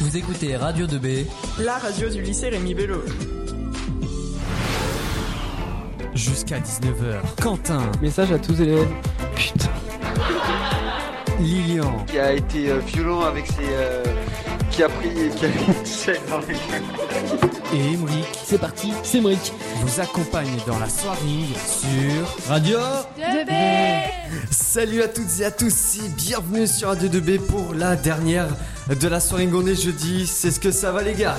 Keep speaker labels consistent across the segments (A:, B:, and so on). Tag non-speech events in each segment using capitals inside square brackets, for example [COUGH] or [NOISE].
A: Vous écoutez Radio 2B.
B: La radio du lycée Rémi Bello.
C: Jusqu'à 19h. Quentin,
D: Message à tous les élèves.
E: Putain.
C: Lilian,
F: qui a été euh, violent avec ses. euh, qui a pris. Qui a pris une chaîne dans les mains.
C: et Emeric
D: C'est parti, c'est Mric.
C: vous accompagnent dans la soirée sur
A: Radio
C: Salut à toutes et à tous et bienvenue sur A2B pour la dernière de la soirée est jeudi. C'est ce que ça va les gars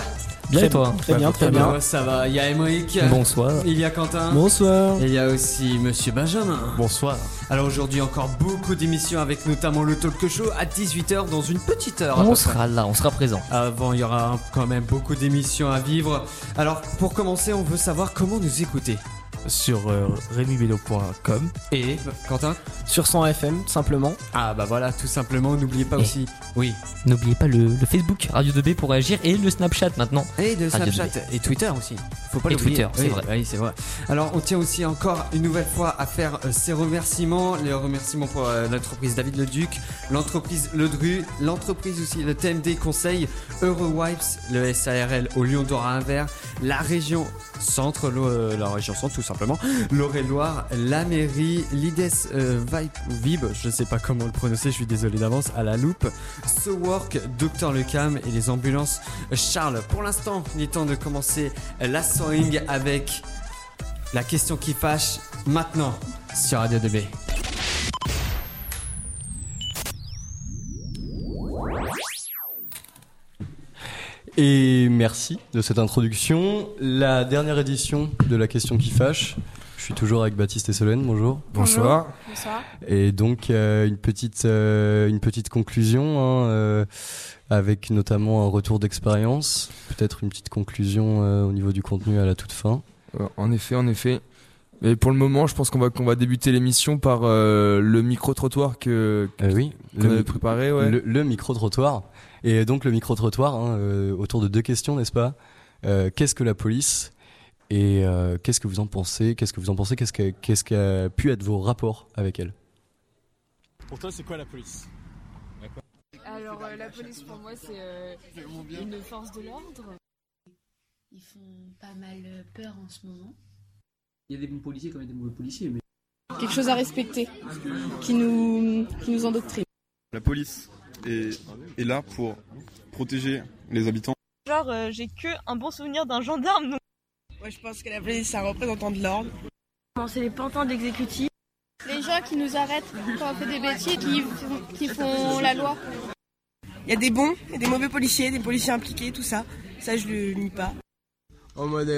D: Bien
A: Très
D: et toi Très bien, très
C: Eh ben
D: bien.
C: ouais, ça va, il y a Emeric,
D: Bonsoir.
C: il y a Quentin.
D: Bonsoir.
C: Et il y a aussi Monsieur Benjamin.
A: Bonsoir.
C: Alors aujourd'hui encore beaucoup d'émissions avec notamment le talk show à 18h dans une petite heure. à peu
D: On
C: près.
D: sera là, on sera présent.
C: Avant, il y aura quand même beaucoup d'émissions à vivre. Alors, pour commencer, on veut savoir comment nous écouter.
G: sur euh, remibello.com
C: Et Quentin
D: Sur 100 FM, simplement.
C: Ah bah voilà, tout simplement, n'oubliez pas
D: Et-
C: aussi. Oui.
D: N'oubliez pas le, le Facebook Radio 2B pour réagir et le Snapchat maintenant.
C: Et de
D: Radio
C: Snapchat et Twitter aussi. Faut pas
D: Et
C: l'oublier.
D: Twitter, c'est
C: Oui,
D: vrai.
C: Oui, c'est vrai. Alors, on tient aussi encore une nouvelle fois à faire euh, ces remerciements. Les remerciements pour euh, l'entreprise David Leduc, l'entreprise Ledru, l'entreprise aussi le TMD Conseil, Eurowipes, le SARL au Lyon d'Or à Invers, la région centre, l'O- euh, la région centre tout simplement, l'Eure-et-Loire, la mairie, l'IDES euh, Vibe, Vib, je sais pas comment le prononcer, je suis désolé d'avance, à la loupe, SoWork, Docteur Lecam et les ambulances Euh, Charles. Pour l'instant, il est temps de commencer la soiring avec la question qui fâche maintenant sur Radio 2B.
H: Et merci de cette introduction. La dernière édition de La question qui fâche. Je suis toujours avec Baptiste et Solène, bonjour.
G: Bonsoir.
I: Bonsoir.
H: Et donc euh, une, petite, euh, une petite conclusion, hein, euh, avec notamment un retour d'expérience, peut-être une petite conclusion euh, au niveau du contenu à la toute fin.
G: Euh, en effet, en effet. Mais pour le moment, je pense qu'on va, qu'on va débuter l'émission par euh, le micro-trottoir que,
H: Euh, oui,
G: qu'on
H: le,
G: avait préparé. Ouais.
H: le- le micro-trottoir. Et donc le micro-trottoir, hein, euh, autour de deux questions, n'est-ce pas Euh, Qu'est-ce que la police Et euh, qu'est-ce que vous en pensez Qu'est-ce que vous en pensez Qu'est-ce que- qu'est-ce qu'a pu être vos rapports avec elle
J: Pour toi, c'est quoi la police
I: Alors, euh, la police pour moi, c'est euh, une force de l'ordre.
K: Ils font pas mal
I: euh,
K: peur en ce moment.
I: Quelque chose à respecter, qui nous, qui nous endoctrine.
J: La police est, est là pour protéger les habitants.
K: Genre, euh, j'ai que un bon souvenir d'un gendarme. Donc...
B: Moi je pense que la police c'est un représentant de l'ordre.
K: C'est les pantins d'exécutif.
I: Les gens qui nous arrêtent quand on fait des bêtises, qui, qui font la loi.
B: Il y a des bons et des mauvais policiers, des policiers impliqués, tout ça. Ça je le nie pas.
D: En mode,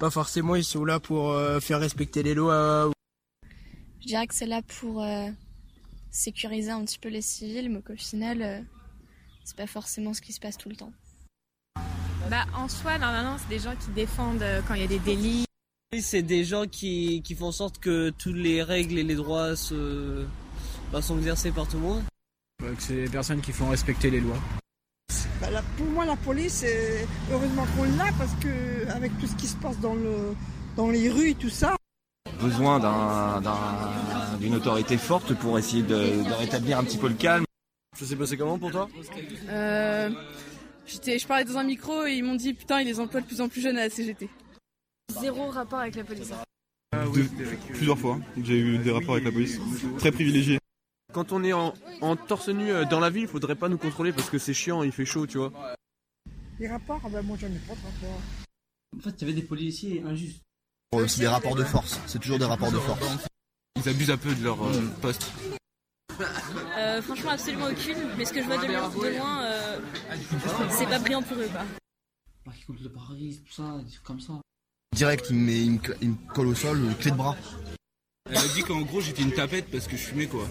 D: pas forcément, ils sont là pour faire respecter les lois.
I: Je dirais que c'est là pour euh, sécuriser un petit peu les civils, mais qu'au final, euh, c'est pas forcément ce qui se passe tout le temps.
K: Bah, en soi, normalement, c'est des gens qui défendent euh, quand il y a des délits.
B: C'est des gens qui, qui font en sorte que toutes les règles et les droits se, bah, sont exercés par tout le monde.
D: C'est les personnes qui font respecter les lois.
B: pour moi Bah, la police, euh, heureusement qu'on l'a parce que avec tout ce qui se passe dans, le, dans les rues et tout ça,
J: Besoin d'un- d'un- d'une autorité forte pour essayer de, de rétablir un petit peu le calme.
H: Ça s'est passé comment pour toi
I: je parlais dans un micro et ils m'ont dit putain, ils les emploient de plus en plus jeunes à la CGT. Zéro rapport avec la police.
J: Ah Deux- plusieurs fois, j'ai eu des rapports avec la police. Très privilégiés.
E: Quand on est en, en torse nu euh, dans la ville, faudrait pas nous contrôler parce que c'est chiant, il fait chaud, tu vois.
B: les rapports, ah bah, moi j'en ai pas de rapport.
F: C'est des rapports de force, c'est toujours des rapports de force.
E: Ils abusent un peu de leur poste.
K: franchement, absolument aucune. Mais ce que je vois de loin, de loin euh, c'est pas brillant pour eux, quoi.
F: Direct, il me, colle au sol, clé de bras.
E: Elle m'a dit qu'en gros j'étais une tapette parce que je fumais quoi.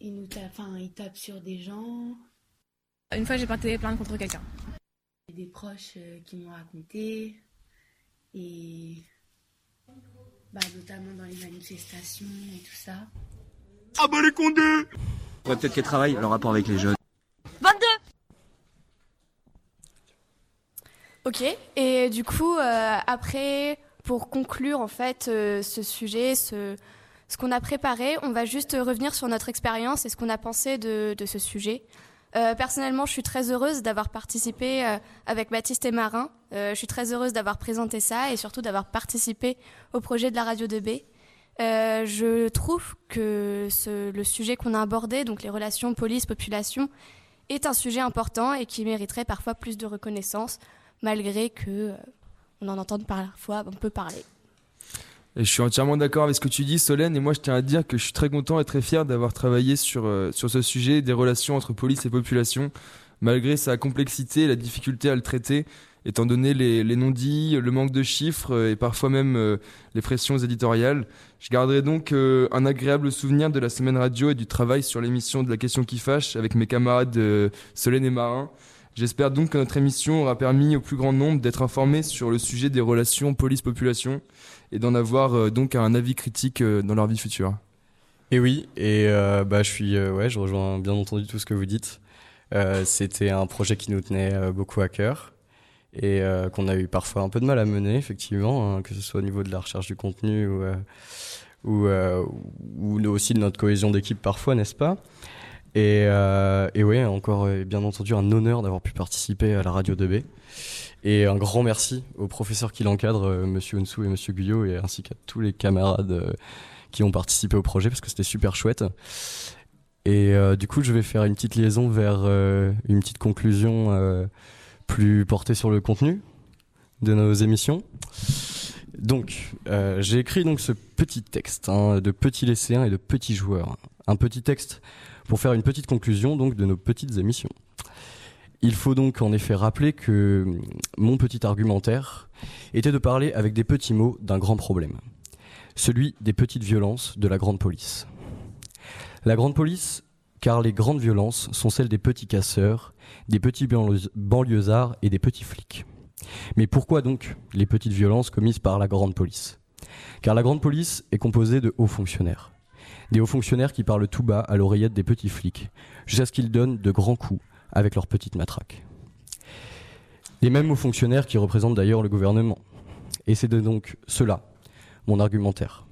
K: Ils nous tapent, enfin, ils tapent sur des gens.
I: Une fois, j'ai porté plainte contre quelqu'un.
K: Des proches euh, qui m'ont raconté. Et. Bah, notamment dans les manifestations et tout ça.
E: Faudrait peut-être qu'elle travaille leur rapport avec les jeunes.
I: Ok, et du coup, euh, après, pour conclure en fait euh, ce sujet, ce, ce qu'on a préparé, on va juste revenir sur notre expérience et ce qu'on a pensé de, de ce sujet. Euh, personnellement, je suis très heureuse d'avoir participé euh, avec Baptiste et Marin. Euh, je suis très heureuse d'avoir présenté ça et surtout d'avoir participé au projet de la radio 2B. Euh, je trouve que ce- le sujet qu'on a abordé, donc les relations police-population, est un sujet important et qui mériterait parfois plus de reconnaissance, malgré que euh, on en entende parfois un peu parler.
G: Et je suis entièrement d'accord avec ce que tu dis, Solène. Et moi, je tiens à te dire que je suis très content et très fier d'avoir travaillé sur, euh, sur ce sujet des relations entre police et population, malgré sa complexité et la difficulté à le traiter, étant donné les, les non-dits, le manque de chiffres euh, et parfois même euh, les pressions éditoriales. Je garderai donc euh, un agréable souvenir de la semaine radio et du travail sur l'émission de la question qui fâche avec mes camarades euh, Solène et Marin. J'espère donc que notre émission aura permis au plus grand nombre d'être informés sur le sujet des relations police-population et d'en avoir euh, donc un avis critique euh, dans leur vie future.
H: Et oui, et euh, bah, je suis, euh, ouais, je rejoins bien entendu tout ce que vous dites. Euh, C'était un projet qui nous tenait euh, beaucoup à cœur et euh, qu'on a eu parfois un peu de mal à mener, effectivement, hein, que ce soit au niveau de la recherche du contenu ou, euh, ou, euh, ou de- aussi de notre cohésion d'équipe parfois, n'est-ce pas et, euh, et ouais, encore euh, bien entendu un honneur d'avoir pu participer à la radio 2B. Et un grand merci aux professeurs qui l'encadrent, euh, Monsieur Onsou et Monsieur Guyot, et ainsi qu'à tous les camarades euh, qui ont participé au projet parce que c'était super chouette. Et euh, du coup, je vais faire une petite liaison vers euh, une petite conclusion euh, plus portée sur le contenu de nos émissions. Donc, euh, j'ai écrit donc ce petit texte hein, de petits lycéens et de petits joueurs. Un petit texte pour faire une petite conclusion donc de nos petites émissions. Il faut donc en effet rappeler que hum, mon petit argumentaire était de parler avec des petits mots d'un grand problème, celui des petites violences de la grande police. La grande police, car les grandes violences sont celles des petits casseurs, des petits banlieus- banlieusards et des petits flics. Mais pourquoi donc les petites violences commises par la grande police Car la grande police est composée de hauts fonctionnaires. Des hauts fonctionnaires qui parlent tout bas à l'oreillette des petits flics, jusqu'à ce qu'ils donnent de grands coups avec leurs petites matraques. Les mêmes hauts fonctionnaires qui représentent d'ailleurs le gouvernement. Et c'est donc cela, mon argumentaire.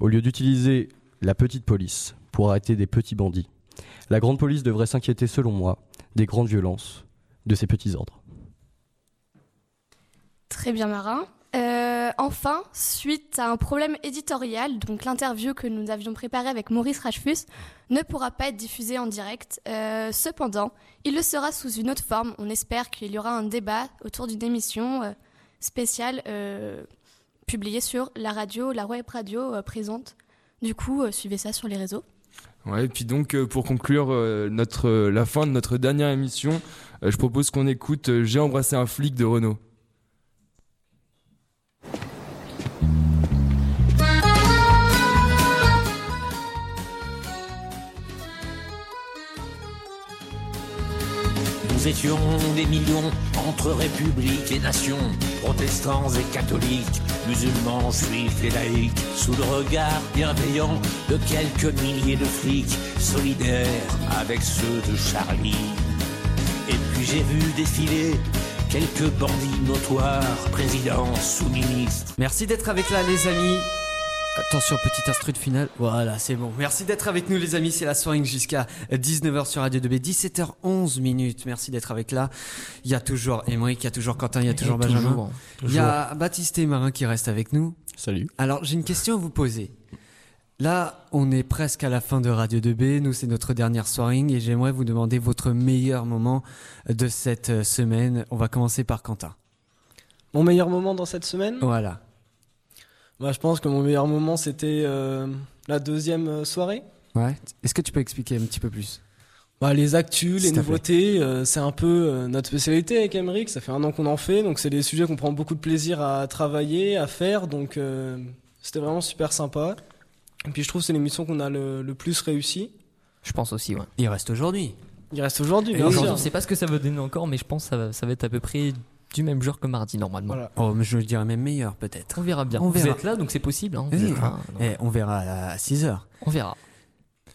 H: Au lieu d'utiliser la petite police pour arrêter des petits bandits, la grande police devrait s'inquiéter, selon moi, des grandes violences, de ces petits ordres.
I: Très bien, Marin. Euh, enfin, suite à un problème éditorial, donc l'interview que nous avions préparée avec Maurice Rachfus ne pourra pas être diffusée en direct. Euh, cependant, il le sera sous une autre forme. On espère qu'il y aura un débat autour d'une émission euh, spéciale euh, publiée sur la radio, la web radio euh, présente. Du coup, euh, suivez ça sur les réseaux.
G: Ouais, et puis donc euh, pour conclure euh, notre, euh, la fin de notre dernière émission, euh, je propose qu'on écoute euh, J'ai embrassé un flic de Renault.
L: Nous étions des millions entre républiques et nations, protestants et catholiques, musulmans, juifs et laïcs, sous le regard bienveillant de quelques milliers de flics, solidaires avec ceux de Charlie. Et puis j'ai vu défiler quelques bandits notoires, présidents, sous-ministres.
M: Merci d'être avec là, les amis. Attention, petit instru de finale. Voilà, c'est bon. Merci d'être avec nous, les amis. C'est la soirée jusqu'à 19h sur Radio 2B. 17h11 minutes. Merci d'être avec là. Il y a toujours Émeric, il y a toujours Quentin, il y a toujours
G: Et
M: Benjamin.
G: toujours, hein.
M: Il y a Baptiste et Marin qui restent avec nous.
H: Salut.
M: Alors, j'ai une question à vous poser. Là, on est presque à la fin de Radio 2B. Nous, c'est notre dernière soirée et j'aimerais vous demander votre meilleur moment de cette euh, semaine. On va commencer par Quentin.
N: Mon meilleur moment dans cette semaine
M: Voilà.
N: Bah, je pense que mon meilleur moment, c'était euh, la deuxième euh, soirée.
M: Ouais. Est-ce que tu peux expliquer un petit peu plus
N: Bah, les actus, les
M: S'il te plaît.
N: nouveautés, euh, c'est un peu euh, notre spécialité avec Emmerich. Ça fait un an qu'on en fait, donc c'est des sujets qu'on prend beaucoup de plaisir à travailler, à faire. Donc euh, c'était vraiment super sympa. Et puis je trouve que c'est l'émission qu'on a le, le plus réussi.
D: Je pense aussi, ouais.
M: Il reste aujourd'hui.
N: Il reste aujourd'hui,
D: Et
N: bien
D: encore,
N: sûr.
D: Je sais pas ce que ça va donner encore, mais je pense que ça va, ça va être à peu près du même genre que mardi normalement.
M: Oh, mais je le dirais même meilleur peut-être.
D: On verra bien.
M: On verra.
D: Vous êtes là, donc c'est possible. hein. Vous
M: Oui,
D: êtes là.
M: hein. Eh, on verra à 6h.
D: On verra.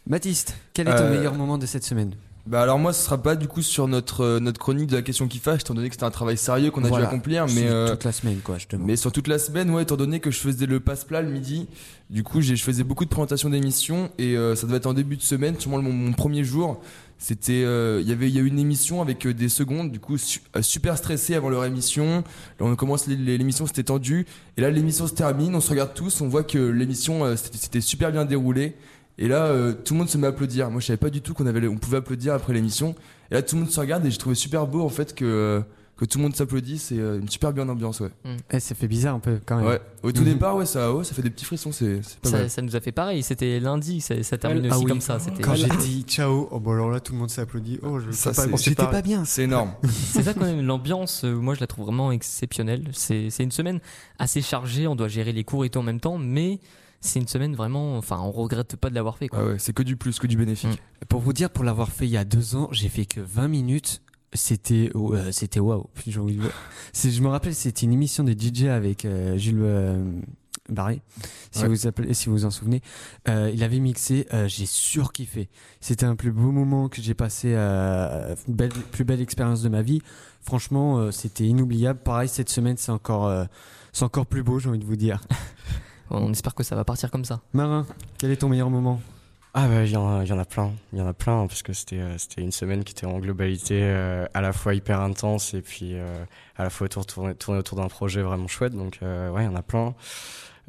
M: Baptiste, quel est ton
G: Euh,
M: meilleur moment de cette semaine
G: Bah alors moi ce sera pas du coup sur notre euh, notre chronique de la question qui fâche étant donné que c'était un travail sérieux qu'on a
M: Voilà.
G: dû accomplir
M: Sur
G: ah, mais euh,
M: toute la semaine quoi je
G: mais sur toute la semaine ouais étant donné que je faisais le passe plat le midi du coup j'ai je faisais beaucoup de présentations d'émissions et euh, ça devait être en début de semaine sûrement le- mon, mon premier jour C'était, euh, il y avait, il y a eu une émission avec euh, des secondes, du coup su- euh, super stressé avant leur émission. Là, on commence les- les- l'émission, c'était tendu. Et là, l'émission se termine, on se regarde tous, on voit que l'émission euh, c'était c'était super bien déroulée. Et là, euh, tout le monde se met à applaudir. Moi, je savais pas du tout qu'on avait, le- on pouvait applaudir après l'émission. Et là, tout le monde se regarde et j'ai trouvé super beau en fait que euh, que tout le monde s'applaudisse et euh, une super bien ambiance, ouais.
C: Eh, ça fait bizarre un peu quand même.
G: Ouais. Au tout départ, ouais, ça, ouais, ça fait des petits frissons, c'est c'est pas
D: Ça,
G: mal.
D: ça nous a fait pareil, c'était lundi, ça, ça termine aussi comme ça. c'était-
C: Quand j'ai dit ciao, oh bah alors là tout le monde s'est applaudi. Oh, je
D: Ça,
C: sais pas,
D: c'est-
C: oh,
D: c'est
C: j'étais
D: pareil.
C: pas bien.
G: C'est énorme.
D: C'est ça quand même, l'ambiance, euh, moi je la trouve vraiment exceptionnelle. C'est c'est une semaine assez chargée, on doit gérer les cours et tout en même temps, mais c'est une semaine vraiment, enfin on regrette pas de l'avoir fait. Quoi.
G: Ah c'est que du plus, que du bénéfique.
C: Pour vous dire, pour l'avoir fait il y a deux ans, j'ai fait que 20 minutes. C'était oh, euh, c'était waouh. [LAUGHS] Puis j'ai envie de- C'est- Je me rappelle, c'était une émission de DJ avec euh, Jules euh, Barré, si
G: Ouais.
C: vous vous appelez- si vous vous en souvenez. Euh, il avait mixé, euh, j'ai surkiffé. C'était un plus beau moment que j'ai passé, euh, belle- plus belle expérience de ma vie. Franchement, euh, c'était inoubliable. Pareil, cette semaine, c'est encore, euh, c'est encore plus beau, j'ai envie de vous dire.
D: On espère que ça va partir comme ça.
C: Marin, quel est ton meilleur moment
H: Ah bah il y, en a- il y en a plein, il y en a plein hein, parce que c'était euh, c'était une semaine qui était en globalité euh, à la fois hyper intense et puis euh, à la fois autour tourner, tourner autour d'un projet vraiment chouette donc euh, ouais il y en a plein.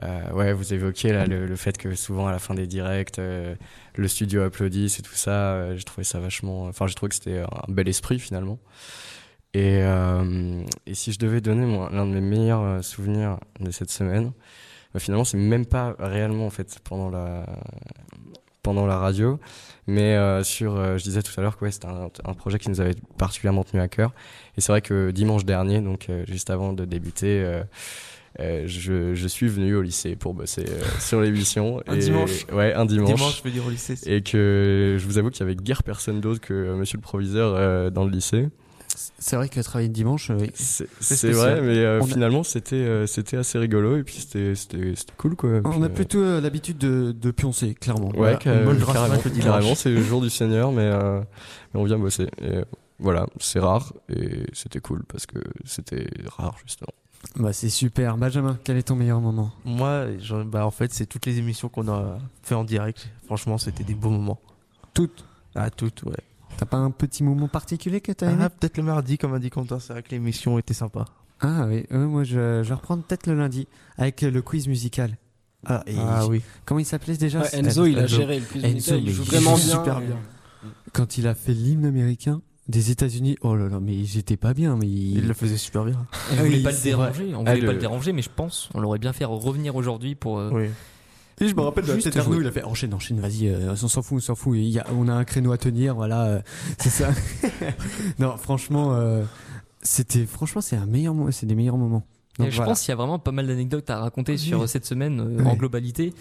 H: Euh, ouais vous évoquiez là le, le fait que souvent à la fin des directs euh, le studio applaudisse et tout ça euh, j'ai trouvé ça vachement enfin j'ai trouvé que c'était un bel esprit finalement. Et, euh, et si je devais donner moi, l'un de mes meilleurs euh, souvenirs de cette semaine, bah, finalement, c'est même pas réellement en fait pendant la pendant la radio, mais euh, sur, euh, je disais tout à l'heure que ouais, c'était un, un projet qui nous avait particulièrement tenu à cœur. Et c'est vrai que dimanche dernier, donc euh, juste avant de débuter. euh, euh, je, je suis venu au lycée pour bosser euh, sur l'émission.
G: Un
H: Et-
G: dimanche.
H: Ouais, un dimanche.
G: Dimanche, je veux dire au lycée,
H: Et que je vous avoue qu'il y avait guère personne d'autre que euh, monsieur le proviseur euh, dans le lycée.
C: C'est vrai que travailler le dimanche, euh,
H: C'est vrai, mais euh,
C: On a-
H: finalement, c'était euh, c'était assez rigolo et puis c'était c'était- c'était cool quoi.
C: On
H: Puis,
C: a
H: euh,
C: plutôt euh, l'habitude de, de pioncer, clairement.
H: Ouais,
C: Voilà.
H: ca-
C: Une bonne
H: carrément,
C: grasse mat le dimanche.
H: carrément, c'est le jour du Seigneur, mais, euh, mais on vient bosser. Et, euh, voilà, c'est rare et c'était cool parce que c'était rare justement.
C: Bah, c'est super. Benjamin, quel est ton meilleur moment
L: Moi, j'en- bah, en fait, c'est toutes les émissions qu'on a fait en direct. Franchement, c'était des beaux moments.
C: Toutes
L: Ah, toutes, ouais.
C: T'as pas un petit moment particulier que t'as aimé
L: Ah, peut-être le mardi, comme a dit Quentin, c'est vrai que l'émission était sympa.
C: Ah oui, euh, moi je, je vais reprendre peut-être le lundi avec euh, le quiz musical. Ah, et-
L: Ah oui.
C: Comment il s'appelait déjà
B: Ouais,
C: ce-
B: Enzo, il a
C: Enzo.
B: géré le quiz musical, il
C: mais
B: joue vraiment bien.
C: super bien. Quand il a fait l'hymne américain des États-Unis, oh là là, mais j'étais pas bien, mais il,
L: le faisait super bien.
D: On voulait pas le
C: c'est
D: déranger,
C: vrai.
D: on voulait pas le déranger, mais je pense on l'aurait bien fait revenir aujourd'hui pour. euh,
C: Et je me rappelle de la
D: juste
C: tête d'Arnaud,
D: jouer.
C: il a fait oh, enchaîne, enchaîne, vas-y, euh, on s'en fout, on s'en fout, il y a- on a un créneau à tenir, voilà, euh, c'est [LAUGHS] ça. non, franchement, euh, c'était, franchement, c'est un meilleur, mo- c'est des meilleurs moments.
D: Et
C: Donc,
D: je
C: voilà.
D: pense qu'il y a vraiment pas mal d'anecdotes à raconter sur euh, cette semaine euh,
C: Ouais.
D: en globalité.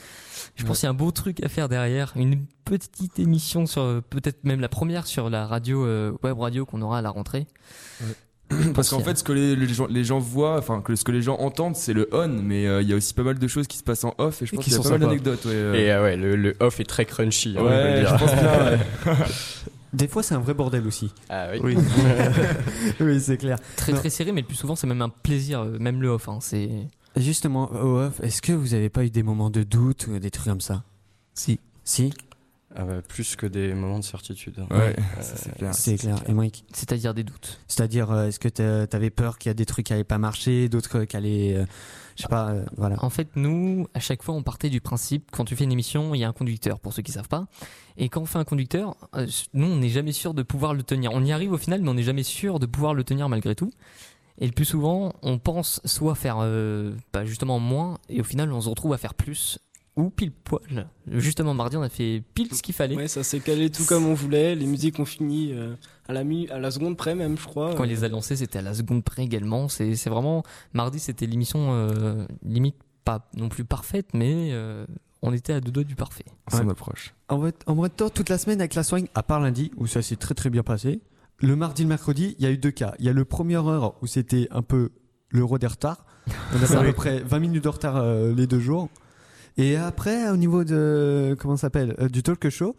D: Je pense qu'il y a un beau truc à faire derrière, une petite émission sur euh, peut-être même la première sur la radio euh, web radio qu'on aura à la rentrée. Je pense
G: Parce qu'en
D: qu'il y a-
G: fait, ce que les, les gens, les gens voient, enfin, que ce que les gens entendent, c'est le on, mais euh, il y a aussi pas mal de choses qui se passent en off, et je pense qu'il y a pas mal d'anecdotes. Ouais, euh.
H: Et euh, ouais, le, le off est très crunchy.
G: Ouais,
H: hein, on peut le dire.
G: je pense bien, ouais.
C: Des fois, c'est un vrai bordel [LAUGHS] aussi.
H: [LAUGHS] Ah oui.
D: Oui.
C: Oui, c'est clair.
D: Très
C: Non.
D: très serré, mais le plus souvent c'est même un plaisir, euh, même le off. hein, c'est
C: Justement, au off, est-ce que vous avez pas eu des moments de doute ou des trucs comme ça
L: Si.
C: Si
H: Ah bah, plus que des moments de certitude. hein. Euh,
C: Bah, C'est clair. Et Mike
D: C'est-à-dire des doutes.
C: C'est-à-dire, euh, est-ce que t'a- t'avais peur qu'il y a des trucs qui allaient pas marcher, d'autres euh, qui allaient. euh, je sais pas, euh, voilà.
D: En fait, nous, à chaque fois, on partait du principe, quand tu fais une émission, il y a un conducteur, pour ceux qui savent pas. Et quand on fait un conducteur, euh, nous, on n'est jamais sûr de pouvoir le tenir. On y arrive au final, mais on n'est jamais sûr de pouvoir le tenir malgré tout. Et le plus souvent, on pense soit faire euh, bah, justement moins, et au final, on se retrouve à faire plus, ou pile poil. Justement, mardi, on a fait pile ce qu'il fallait.
B: Ouais, ça s'est calé tout comme on voulait. Les musiques ont fini euh, à, la mi- à la seconde près, même, je crois.
D: Quand il les a lancés, c'était à la seconde près également. C'est c'est vraiment. Mardi, c'était l'émission euh, limite pas non plus parfaite, mais euh, on était à deux doigts du parfait.
C: Ouais. En vrai, en vrai, toi, toute la semaine avec la soigne, à part lundi, où ça s'est très très bien passé. Le mardi, le mercredi, il y a eu deux cas. Il y a le premier heure où c'était un peu l'euro des retards. On [LAUGHS] a fait à peu
O: Oui.
C: près 20 minutes de retard euh, les deux jours. Et après, au niveau de. Comment ça s'appelle Euh, Du talk show,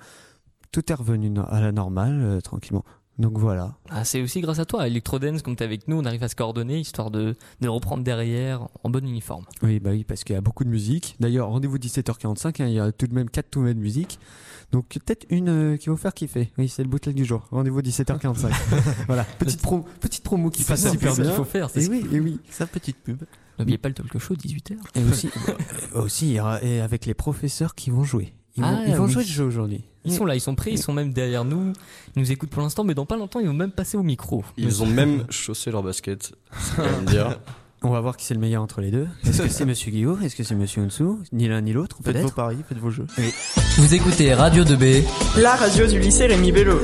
C: tout est revenu no- à la normale, euh, tranquillement. Donc voilà.
D: Ah, c'est aussi grâce à toi, Electrodance, comme t'es avec nous, on arrive à se coordonner histoire de, de reprendre derrière en bon uniforme.
C: Oui, bah oui, parce qu'il y a beaucoup de musique. D'ailleurs, rendez-vous 17h45, hein, il y a tout de même 4 tournées de musique. Donc peut-être une euh, qui va vous faire kiffer. Oui, c'est le bootleg du jour. Rendez-vous [LAUGHS] 17h45. voilà, petite, pro- petite promo qui
D: C'est
C: passe
D: ça,
C: super
D: c'est ça
C: bien.
D: qu'il faut faire, c'est
C: Et
D: ce
C: oui,
D: qu'il
C: et oui.
P: Sa petite pub.
D: N'oubliez pas le talk show, 18h.
C: Et aussi, euh, aussi il y aura- et avec les professeurs qui vont jouer. Ils vont,
D: Ah,
C: ils vont
D: oui.
C: jouer le jeu aujourd'hui.
D: Ils sont là, ils sont prêts, ils sont même derrière nous. Ils nous écoutent pour l'instant, mais dans pas longtemps, ils vont même passer au micro.
C: Ils ont
Q: même chaussé leur basket.
H: [LAUGHS]
Q: dire.
C: On va voir qui c'est le meilleur entre les deux. Est-ce que c'est Monsieur Guillaume Est-ce que c'est Monsieur Unsou Ni l'un ni l'autre,
P: Faites vos
C: peut-être
P: paris, faites vos jeux.
C: Vous écoutez Radio 2B.
R: La radio du lycée Rémi Bello.